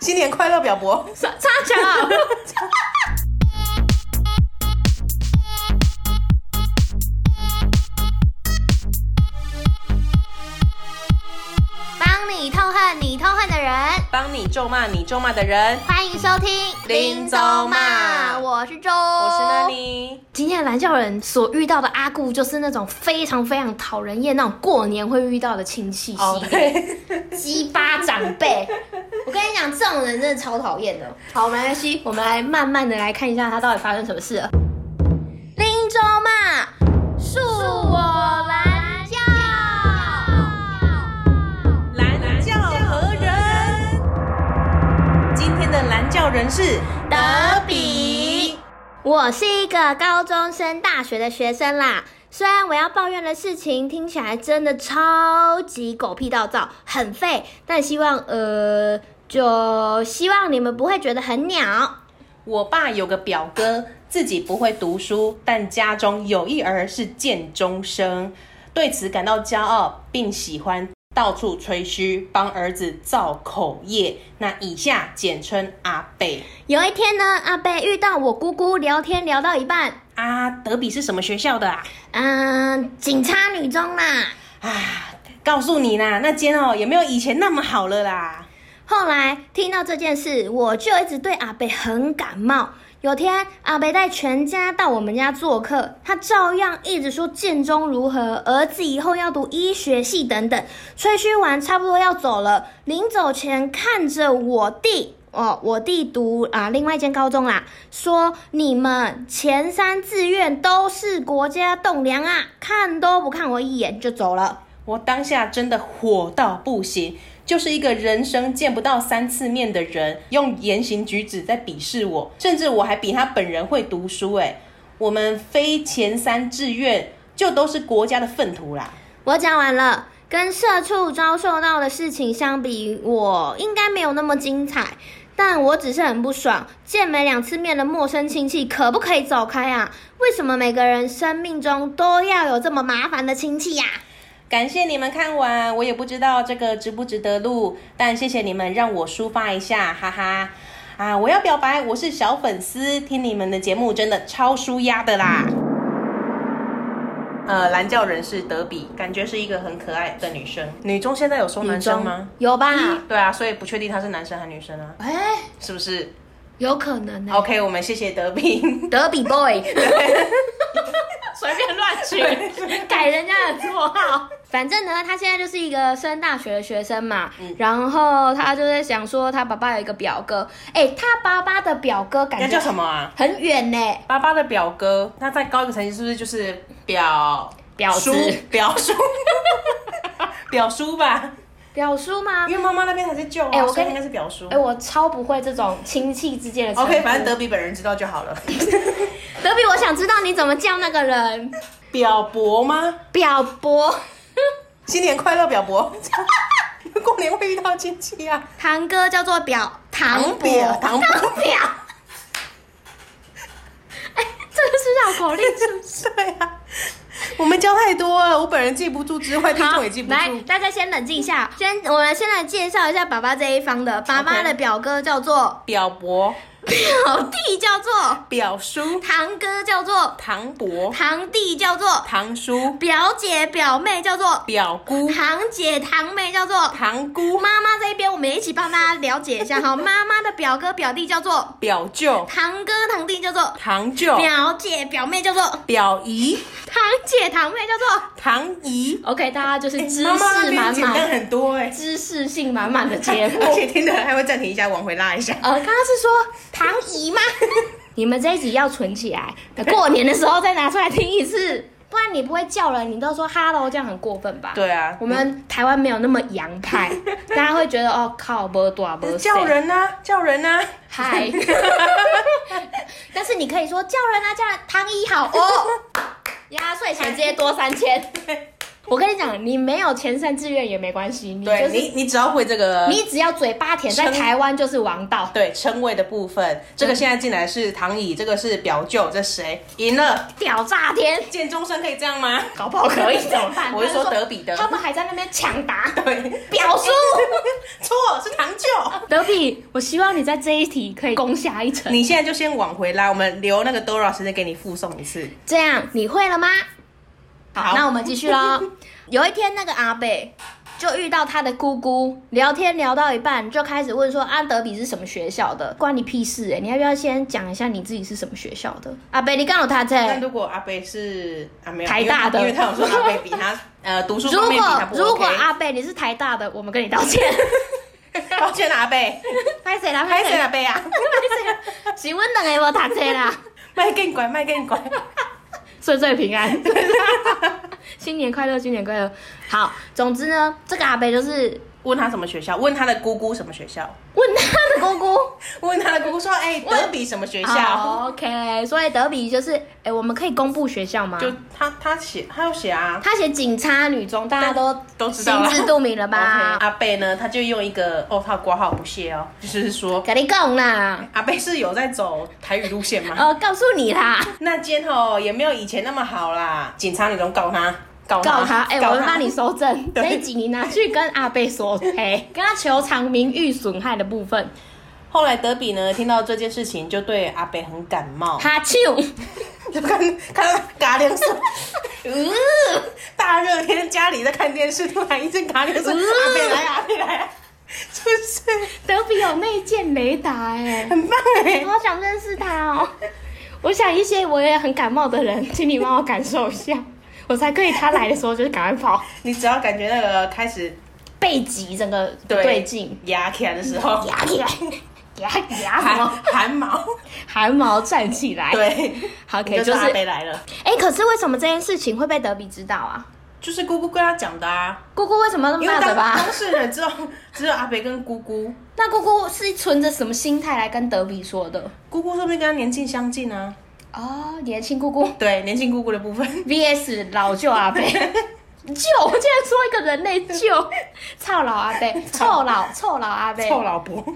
新年快乐，表伯。啥啥桥？帮你痛恨你痛恨的人。帮你咒骂你咒骂的人，欢迎收听林州骂我是周，我我是 Nani。今天的蓝教人所遇到的阿顾，就是那种非常非常讨人厌、那种过年会遇到的亲戚哦，系列，对，鸡巴长辈。我跟你讲，这种人真的超讨厌的。好，没关系，我们来慢慢的来看一下他到底发生什么事了。林州骂，恕我蓝教。蓝教何人？今天的蓝教人是德比。我是一个高中生、大学的学生啦。虽然我要抱怨的事情听起来真的超级狗屁倒灶，很废，但希望呃，就希望你们不会觉得很鸟。我爸有个表哥，自己不会读书，但家中有一儿是建中生，对此感到骄傲，并喜欢到处吹嘘，帮儿子造口业。那以下简称阿贝。有一天呢，阿贝遇到我姑姑聊天聊到一半，啊，德比是什么学校的啊？嗯、警察女中啦。啊，告诉你啦，那间哦也没有以前那么好了啦。后来听到这件事，我就一直对阿北很感冒。有天阿北带全家到我们家做客，他照样一直说建中如何，儿子以后要读医学系等等。吹嘘完差不多要走了，临走前看着我弟。哦，我弟读啊另外一间高中啦，说你们前三志愿都是国家栋梁啊，看都不看我一眼就走了。我当下真的火到不行，就是一个人生见不到三次面的人，用言行举止在鄙视我，甚至我还比他本人会读书。哎，我们非前三志愿就都是国家的粪土啦。我讲完了。跟社畜遭受到的事情相比，我应该没有那么精彩，但我只是很不爽，见没两次面的陌生亲戚可不可以走开啊？为什么每个人生命中都要有这么麻烦的亲戚呀、啊感谢你们看完，我也不知道这个值不值得录，但谢谢你们让我抒发一下，哈哈。啊，我要表白，我是小粉丝，听你们的节目真的超舒压的啦。呃，蓝教人是德比，感觉是一个很可爱的女生。女中现在有收男生吗？有吧？对啊，所以不确定他是男生还是女生啊，哎、是不是有可能呢、 ？OK，我们谢谢德比， 德比 boy 随便乱 取。改人家的绰号，反正呢，他现在就是一个升大学的学生嘛，然后他就在想说，他爸爸有一个表哥，哎、他爸爸的表哥那感叫觉什么啊？很远呢、爸爸的表哥，那再高一个层级是不是就是表婊叔子。表叔 表叔吧？表叔吗？因为妈妈那边才是舅啊，哎我跟所以应该是表叔。哎、我超不会这种亲戚之间的称呼。 OK，反正德比本人知道就好了。 德比，我想知道你怎么叫那个人，表伯吗？表伯、新年快乐，表伯！ 过年会遇到亲戚啊。 堂哥叫做表堂伯，堂伯，表。 哎，这个是绕口令，是不是？对啊，我们教太多了，我本人记不住之外， 听众也记不住。来，大家先冷静一下，先我们先来介绍一下爸爸这一方的，爸爸 OK 的表哥叫做表伯、表弟，叫做表叔、堂哥，叫做堂伯、堂弟，叫做堂叔、表姐表妹，叫做表姑、堂姐堂妹，叫做堂姑、妈妈这一边，我们也一起帮大家了解一 下哈。妈妈的表哥表弟叫做表舅、堂哥堂弟，叫做堂哦舅、表姐表妹，叫做表姨、堂姐堂妹，叫做哎堂姨。 OK，大家就是知妈妈那识边满简单满、很多欸哎、知识性满满的节 目。而且听的人还会暂停一下，往回拉一下。呃，刚刚是说堂姨 吗？你们这一集要存起来，等过年的时候再拿出来听一次，不然你不会叫人，你都说 hello，这样很过分吧？，对啊，我们台湾没有那么洋 派，大家会觉得哦靠，不多不叫人啊，叫人啊。 嗨， 但是你可以说叫人啊，叫人堂姨好哦。压岁钱直接多三千，我跟你讲，你没有前三志愿也没关系，你呃对就你是，你只要会这个，你只要嘴巴甜，在撑台湾就是王道。对称谓的部分，这个现在进来是唐乙，这个是表舅，这谁赢了？屌炸天，见中生可以这样吗？搞不好可以怎么 办？ 我是说他们德比的他们还在那边抢答，对，表叔。 错是唐舅。 德比，我希望你在这一题可以攻下一城。你现在就先往回拉，我们留那个 Dora 时间给你附送一次。这样你会了吗？好那我们继续喽。 有一天，那个阿贝就遇到他的姑姑，聊天聊到一半，就开始问说：“啊，德比是什么学校的？关你屁事哎、你要不要先讲一下你自己是什么学校的？”阿贝，你刚有他但在。如果阿贝是啊没有哎台大的因为他因为他有说阿贝比 他呃读书如方果面比他不 OK。如果阿贝你是台大的，我们跟你道歉。抱歉啊阿 贝， 拍谁啦？拍拍谁谁啦？阿贝啊？ 请问等下我读册啦？卖更乖，卖更乖。 岁岁平安。 新年快乐，新年快乐。好，总之呢，这个阿贝就是问他什么学校？问他的姑姑什么学校？问他的姑姑。 问他的姑姑说，哎、德比什么学哦校？啊 o k 所以德比就是，哎、我们可以公布学校吗？就他他写，他要写啊，他写警察女中，大家都都知道心了。知肚明了 OK，吧？阿贝呢，他就用一个哦，他挂号不屑哦，就是说跟你讲 啦，阿贝是有在走台语路线 吗？哦呃，告诉你啦，那间吼也没有以前那么好啦，警察女中告他，告他，告他，哎、我们帮你收证。 对这一集你拿去跟阿贝说，哎、 跟他求偿名誉损害的部分，后来德比呢，听到这件事情，就对阿北很感冒，他就就 看看到嘎凉水，呃嗯，大热天家里在看电视，突然一阵嘎凉水，阿北来啊，阿北来啊，就是德比有内建雷达、 哎，很棒哎我。好想认识他哦。我想一些我也很感冒的人，请你帮我感受一下，我才可以他来的时候就是赶快跑。你只要感觉那个开始背脊整个对哦嗯对劲，压啊起来的时候，牙 起来，牙牙什汗么汗毛，汗毛站起来。对，好你，OK，就就是阿是北来了，哎、可是为什么这件事情会被德比知道啊？就是姑姑跟他讲的啊，姑姑为什么那么因为大嘴当巴？当事人只有只有阿北跟姑姑。 那姑姑是存着什么心态来跟德比说的？姑姑说不定跟她年纪相近啊。哦，年轻姑姑对，年轻姑姑的部分， vs 老舅 阿贝。舅，我竟然说一个人类舅，操老阿 贝，臭老臭老阿贝，臭老婆。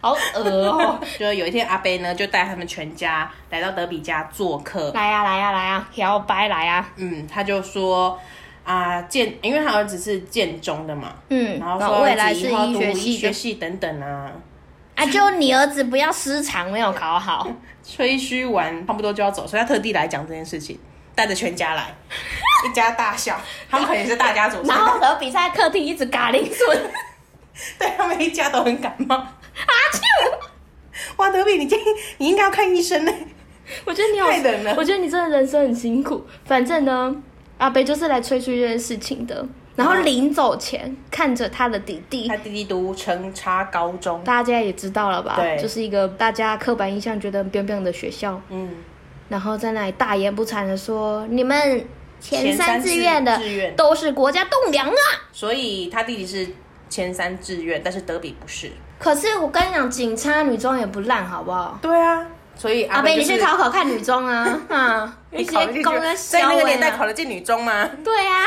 好恶哦、 就有一天，阿贝呢就带他们全家来到德比家做客。来啊呀、来呀、来呀、摇摆来呀、嗯，他就说啊，建，因为他儿子是建中的嘛，嗯，然后然说未来儿子是以后医读学医系学的系等等啊。啊，就你儿子不要失常，没有考好， 吹嘘完差不多就要走，所以他特地来讲这件事情，带着全家来，一家大小，他们可能是大家族，然后德比赛客厅一直嘎铃顺， 对他们一家都很感冒。啊就哇，德比，你今天你应该要看医生呢。我觉得你好太冷了我觉得你真的人生很辛苦。反正呢，阿贝就是来吹嘘这件事情的。然后临走前看着他的弟弟他，弟弟读成差高中，大家也知道了吧？对就是一个大家刻板印象觉得很彪彪的学校，嗯，然后在那里大言不惭的说你们前三志愿的前三志愿都是国家栋梁啊。所以他弟弟是前三志愿，但是德比不是。可是我跟你讲，警察女中也不烂，好不好？对啊，所以阿阿贝，贝你就去是嗯考考看女中 啊，啊，你直考得接进攻去个在小那尾个年哎代啊考得进女中吗？ 对啊，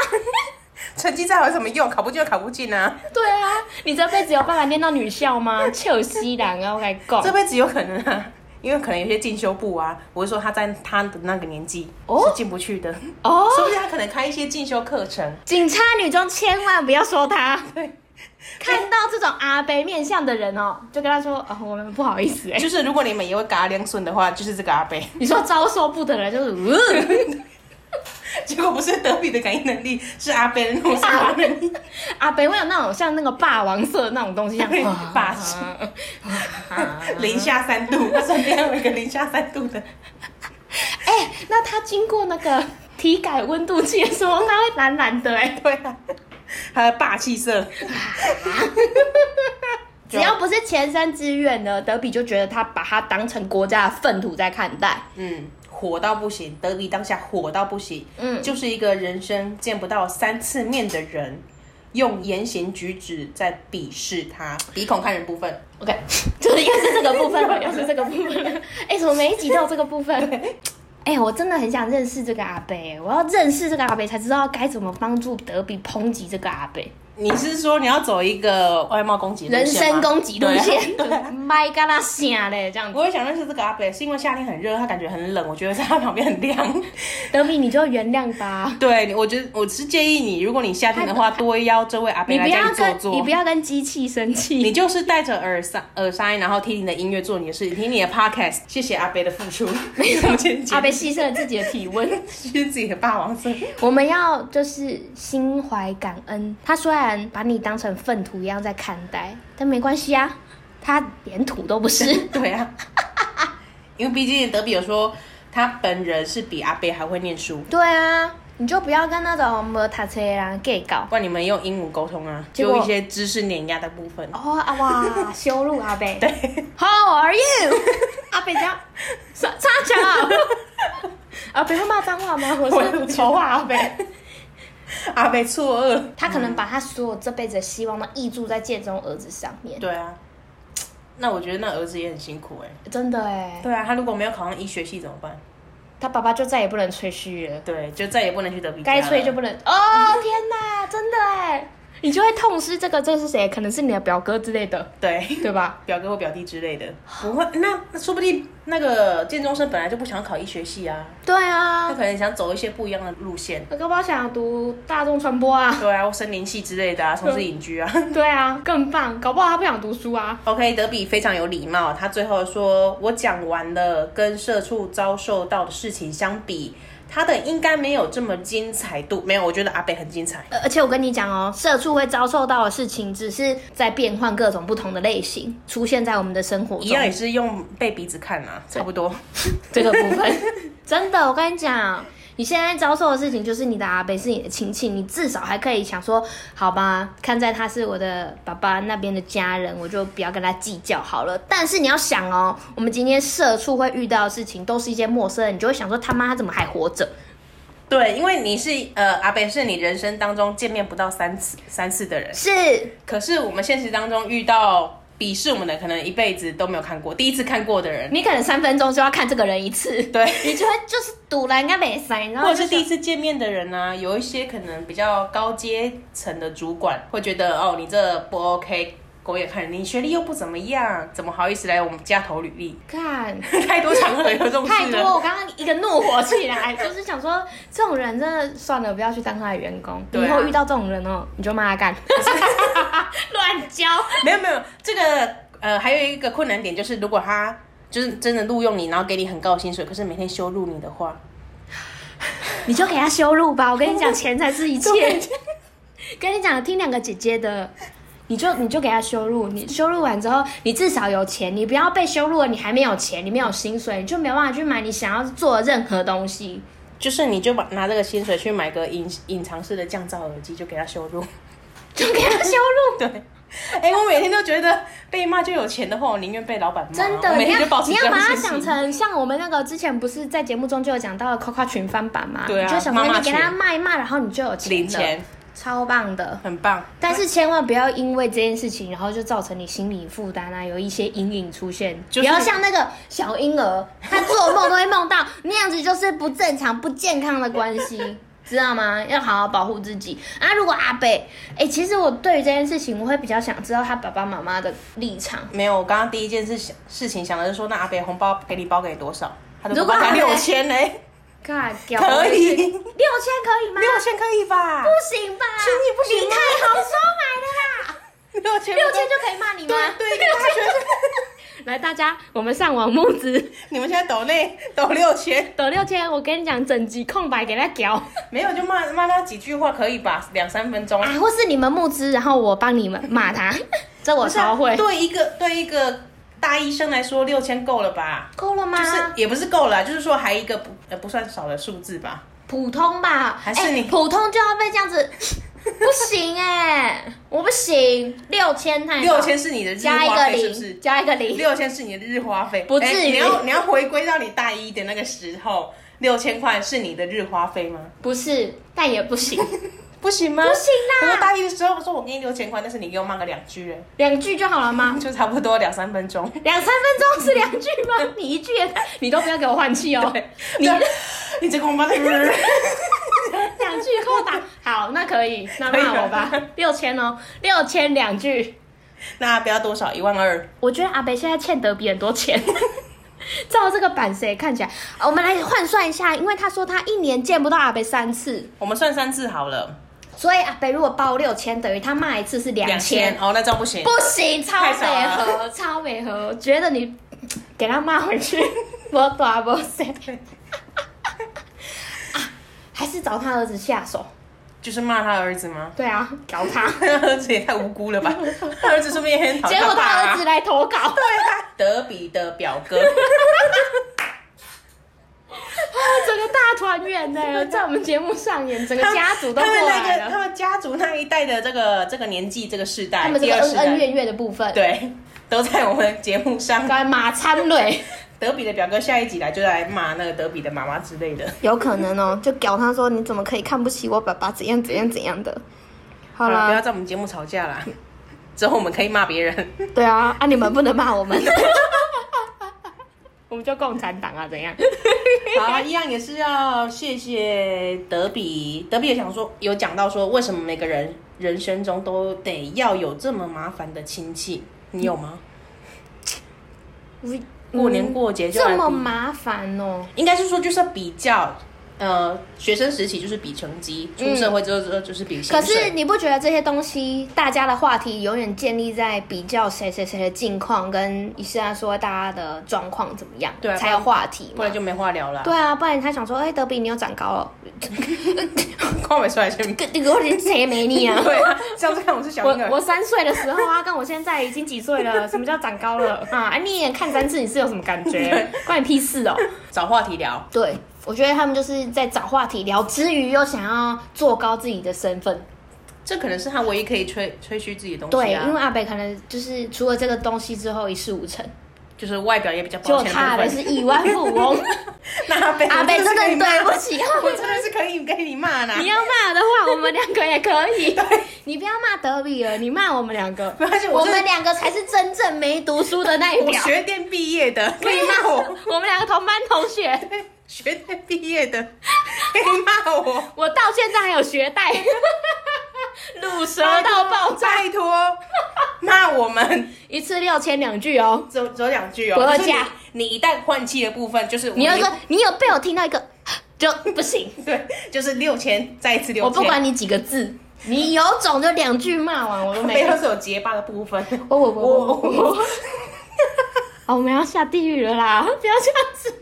成绩再好有什么用？考不进就考不进啊， 对啊，你这辈子有办法念到女校吗？ 臭西兰啊，我来哦讲这辈子有可能啊。 因为可能有些进修部啊，我是说他在他的那个年纪哦是进不去的，哦，说不定他可能开一些进修课程。警察女中千万不要说她。看到这种阿贝面相的人哦，就跟他说哦，我们不好意思哎、就是如果你们也会嘎凉顺的话，就是这个阿贝。 你说招收部的人就是，呃、结果不是德比的感应能力，是阿贝的那种想法 能力。 阿北会有那种像那个霸王色那种东西啊一对，样啊霸气 零下三度，他身边有一个零下三度的，哎、那他经过那个体感温度计的时候，他会蓝蓝的哎、对啊，他的霸气色，只要不是前三志愿呢，德比就觉得他把它当成国家的粪土在看待。嗯，火到不行，德比当下火到不行，嗯，就是一个人生见不到三次面的人，用言行举止在鄙视他，鼻孔看人部分， OK，就是又是这个部分了，又是这个部分了。哎、怎么每一集都有这个部分？哎、哎、我真的很想认识这个阿贝，我要认识这个阿贝才知道该怎么帮助德比抨击这个阿贝，你是说你要走一个外貌攻击路线人吗身攻击路线对啊对 啊，麦嘎拉下嘞这样子。我也想认识这个阿北，是因为夏天很热，他感觉很冷，我觉得在他旁边很凉。德比，你就原谅吧，对，我觉得我是建议你，如果你夏天的话，多邀这位阿北你不来家要里坐跟坐。你不要跟机器生你 气。就是戴着耳塞，耳塞，然后听你的音乐做你的事情，听 你的 podcast。谢谢阿北的付出，没有见解 阿，贝牺牲了自己的体温。是自己的霸王色。我们要就是心怀感恩。他虽然把你当成粪土一样在看待，但没关系啊，他连土都不是。对 啊，因为毕竟德比有说他本人是比阿北还会念书， 对啊，你就不要跟那种没读册的人 gay 搞。不然你们用英文沟通啊，结果就一些知识碾压的部分。 哦啊哇，羞辱阿贝。对， How are you？阿贝讲啥啥讲？ 阿贝会骂脏话吗？我啊我是丑化阿北， 阿北错愕。他可能把他所有这辈子的希望都溢注在建中儿子上面。对啊，那我觉得那儿子也很辛苦哎、真的哎，对啊，他如果没有考上医学系怎么办？他爸爸就再也不能吹嘘了。对，就再也不能去德比家了该吹就不能。哦，天哪，真的哎，你就会痛失这个，这个是谁？可能是你的表哥之类的，对。 对吧？表哥或表弟之类的，不会，那那说不定那个建中生本来就不想考医学系啊，对他啊，可能想走一些不一样的路线，我搞不好想读大众传播啊。 对啊，或森林系之类的啊，从事隐居啊。 对啊，更棒，搞不好他不想读书啊。 OK，德比非常有礼貌，他最后说：“我讲完了跟社畜遭受到的事情相比，他的应该没有这么精彩度，没有，我觉得阿北很精彩。”呃而且我跟你讲哦，社畜会遭受到的事情，只是在变换各种不同的类型，出现在我们的生活中。一样也是用被鼻子看啊，差不多。这个部分。 真的，我跟你讲，你现在遭受的事情就是你的阿伯是你的亲戚，你至少还可以想说，好吧，看在他是我的爸爸那边的家人，我就不要跟他计较好了。但是你要想哦，我们今天社畜会遇到的事情，都是一些陌生人，你就会想说他妈他怎么还活着？对，因为你是呃阿北是你人生当中见面不到三次三次的人，是可是我们现实当中遇到鄙视我们的，可能一辈子都没有看过，第一次看过的人，你可能三分钟就要看这个人一次，对，你就会就是堵了应该没塞，然后或者就是想第一次见面的人呢、啊有一些可能比较高阶层的主管会觉得哦，你这不 OK，狗眼看人你学历又不怎么样，怎么好意思来我们家投履历？ 看。太多场合有这种太事啊多，了。我刚刚一个怒火起来， 就是想说这种人真的算了，不要去当他的员工。对啊以后遇到这种人哦，你就骂 他干，乱教。没有没有，这个呃还有一个困难点就是，如果他就是真的录用你，然后给你很高的薪水，可是每天羞辱你的话，你就给他羞辱吧，我跟你讲，钱才是 一切。跟你讲，听两个姐姐的，你就你就给他羞辱，你羞辱完之后，你至少有钱，你不要被羞辱了，你还没有钱，你没有薪水，你就没有办法去买你想要做的任何东西。就是你就把拿这个薪水去买个隐隐藏式的降噪耳机，就给他羞辱。就给他羞 辱，对，哎、我每天都觉得被骂就有钱的话，我宁愿被老板骂。真我的，每你天要就保持你这要样把的它心想情。成像我们那个之前不是在节目中就有讲到的 Coco 群翻版嘛，对啊你就想说妈妈你给群他骂一骂，然后你就有钱了零钱超棒的。很棒，但是千万不要因为这件事情，然后就造成你心理负担啊，有一些阴影出现。就是不要像那个小婴儿，他做梦都会梦到那样子，就是不正常、不健康的关系，知道吗？要好好保护自己啊！如果阿贝，哎、其实我对于这件事情，我会比较想知道他爸爸妈妈的立场。没有。我刚刚第一件事想事情想的是说，那阿北红包给你包给多少？他的如红果包才阿北六千呢， God，可以六千可以吗？六千可以吧？不行吧？亲你不行你吗太好收买了啦！六千六千就可以骂你吗？对对，一个大学生。来大家，我们上网募资，你们现在抖内抖六千，抖六千，我跟你讲，整集空白给他屌啊！没有就骂骂他几句话可以吧？两三分钟。或是你们募资，然后我帮你们骂他，这我不是啊超会。对一个对一个大医生来说，六千够了吧？够了吗？就是也不是够了，就是说还一个不呃不算少的数字吧。普通吧，还是哎你普通就要被这样子？不行哎、我不行，六千太少六千是你的日加一花个费是零，不是？加一个零，六千是你的日花费，不至于哎你要你要回归到你大一的那个时候，六千块是你的日花费吗？ 不是，但也不行。不行吗？不行啦我大一的时候说，我给你留钱款，但是你给我骂个两句哎，两句就好了吗？就差不多两三分钟。两三分钟是两句吗？你一句也你都不要给我换气哦， 你对 你这个王八蛋！ 两句扣打好，那可以，那骂我吧可以了，六千哦，六千两句。那不要多少，一万二。我觉得阿北现在欠得比很多钱。 照这个版谁看起来？啊我们来换算一下，因为他说他一年见不到阿北三次，我们算三次好了，所以阿北如果包六千，等于他骂一次是两千。哦，那这样不行不。行，超太美少和，超美和，觉得你给他骂回去，我打不 谁。啊，还是找他儿子下手。 就是骂他儿子吗？对啊，搞 ，他他儿子也太无辜了吧！他儿子说不定也很讨结厌果爸他啊儿子来投稿。 德比的表哥，啊整个大团圆呢，在我们节目上演，整个家族都他过们来那个了。他们家族那一代的这个这个年纪这个世代，他们这第个二恩世恩代，怨怨的部分，对，都在我们节目上。该马参蕊，德比的表哥下一集来就来骂那个德比的妈妈之类的。 有可能哦，就屌他说你怎么可以看不起我爸爸怎样怎样怎样的。好啊不要了，在我们节目吵架啦。之后我们可以骂别人，对啊，啊你们不能骂我们。 我们就共产党啊，怎样？好，一样也是要谢谢德比。德比也想说，有讲到说为什么每个人人生中都得要有这么麻烦的亲戚，你有吗？嗯过年过节就来嗯这么比麻烦哦，应该是说就是比较，呃，学生时期就是比成绩，出社会之后之后就是比薪可水。是你不觉得这些东西，大家的话题永远建立在比较谁谁谁的近况，跟一下说大家的状况怎么样，对啊才有话题不嘛然？就没话聊了。 对啊，不然他想说，哎、德比你又长高 了，看不出来是不是跟我连谁没你啊？对啊，上次看我是小 我婴儿，我三岁的时候啊，跟我现在已经几岁了？什么叫长高 了啊？啊，你一眼看三次，你是有什么感觉？关你屁事哦！找话题聊。对，我觉得他们就是在找话题聊之余，又想要做高自己的身份。这可能是他唯一可以吹吹嘘自己的东对，西啊，因为阿北可能就是除了这个东西之后一事无成，就是外表也比较结保果险他阿部北分是亿万富 翁。 那阿北，阿北我真是可以的骂对不，起， 我真的是可以跟你骂啦你。要骂的话，我们两个也可以。 你不要骂德比了，你你骂我们两个，没关系，我我是们两个才是真正没读书的那一我表。 学电毕业的，可以骂我；我们两个同班同学。学电毕业 的可以骂我。我到现在还有学贷，卤舌到爆炸，拜托，骂我们一次六千两句哦。走走两句哦。不二就是你价你一旦换气的部分就是你有一我个，你有被我听到一个， 就不行。对，就是六千，再一次六我千。不管你几个字，你有种就两句骂完，我都 没哦背有后。是有结巴的部分。我我我我我 我，哦，我们要下地狱了啦！ 不要这样子，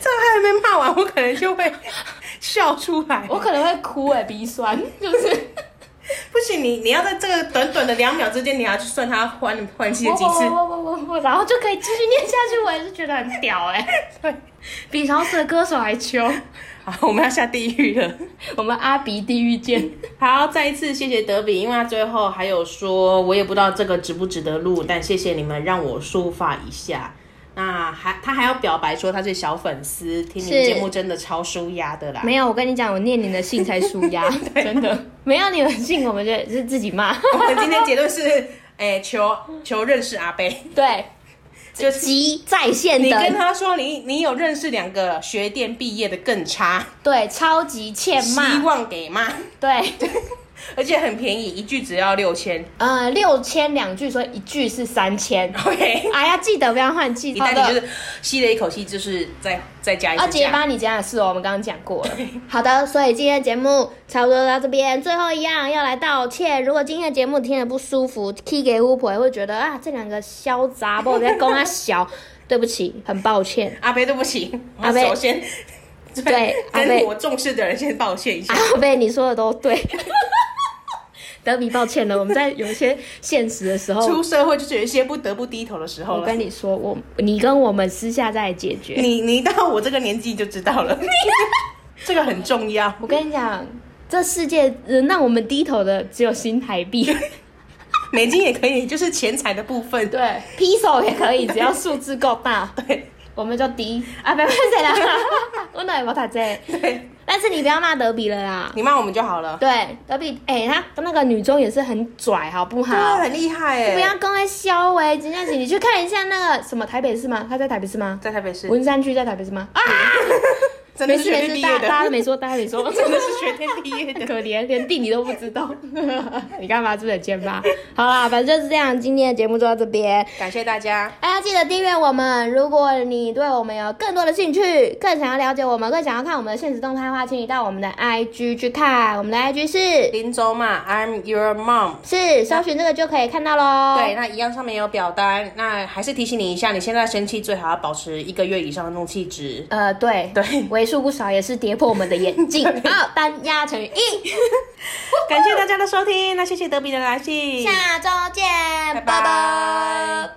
这还没骂完，我可能就会笑出来。 我可能会哭哎、鼻酸， 就是不行，你你要在这个短短的两秒之间，你还要去算他换换气我了几次我。我我我我，然后就可以继续念下去，我也是觉得很屌哎、对，比饶舌歌手还穷。 好，我们要下地狱了。我们阿鼻地狱见， 好，再一次谢谢德比，因为他最后还有说，我也不知道这个值不值得录，但谢谢你们让我抒发一下。那还他还要表白说他是小粉丝，听你们是节目真的超舒压的啦。 没有，我跟你讲，我念你的信才舒 压，真的没有你的信，我们就是自己 骂。我们今天结论是，哎、求求认识阿 贝，对，就是急在线你跟的，他说你你有认识两个学电毕业的更差，对，超级欠希骂，望给骂，对， 而且很便宜，一句只要六千。呃，六千两句，所以一句是三 千。 OK，哎呀，记得不要换季。一好旦你就的，是吸了一口气，就是再再加一要次结价。巴你讲的是哦，我们刚刚讲过了。好的，所以今天的节目差不多到这边，最后一样要来道歉。如果今天的节目听得不舒服，踢给巫婆也会觉得啊，这两个小杂包在攻他小，对不起，很抱歉。阿贝，对不起，阿我贝首先对阿跟贝我重视的人先抱歉一下。阿贝，啊你说的都对， 德比，抱歉了，我们在有一些现实的时候，出社会就是有一些不得不低头的时候哦我了跟。你说，我你跟我们私下再解决。 你你到我这个年纪就知道了， 这个很重要。我跟你讲，这世界呃能让我们低头的只有新台币，美金也可以，就是钱财的部分。对，p 手也可以，只要数字够大，对我们就低啊，别拍谁啦，我哪有没这？对，但是你不要骂德比了啦。你骂我们就好了。对，德比，哎、他那个女中也是很拽，好不好？对，很厉害哎。不要公开消哎，真的是你去看一下那个什么台北市吗？他在台北市吗？在台北市，文山区在台北市吗？啊，真没的是事没学事，历毕大业家大家的，都没说，大家没说， 真的是学天毕业的。可怜，连地理都不知道，你干嘛这么结巴？好啦，反正就是这样，今天的节目就到这边。感谢大家，大家记得订阅我们。如果你对我们有更多的兴趣，更想要了解我们，更想要看我们的现实动态的话，请你到我们的 IG 去看。我们的 IG 是林州嘛，I'm your mom。是搜寻这个就可以看到喽。对，，那一样上面有表单，那还是提醒你一下，你现在生气最好要保持一个月以上的怒气值。呃，对对为数不少也是跌破我们的眼 镜。好，单压乘以一，感谢大家的收听，那谢谢德比的来信，下周见，拜拜拜拜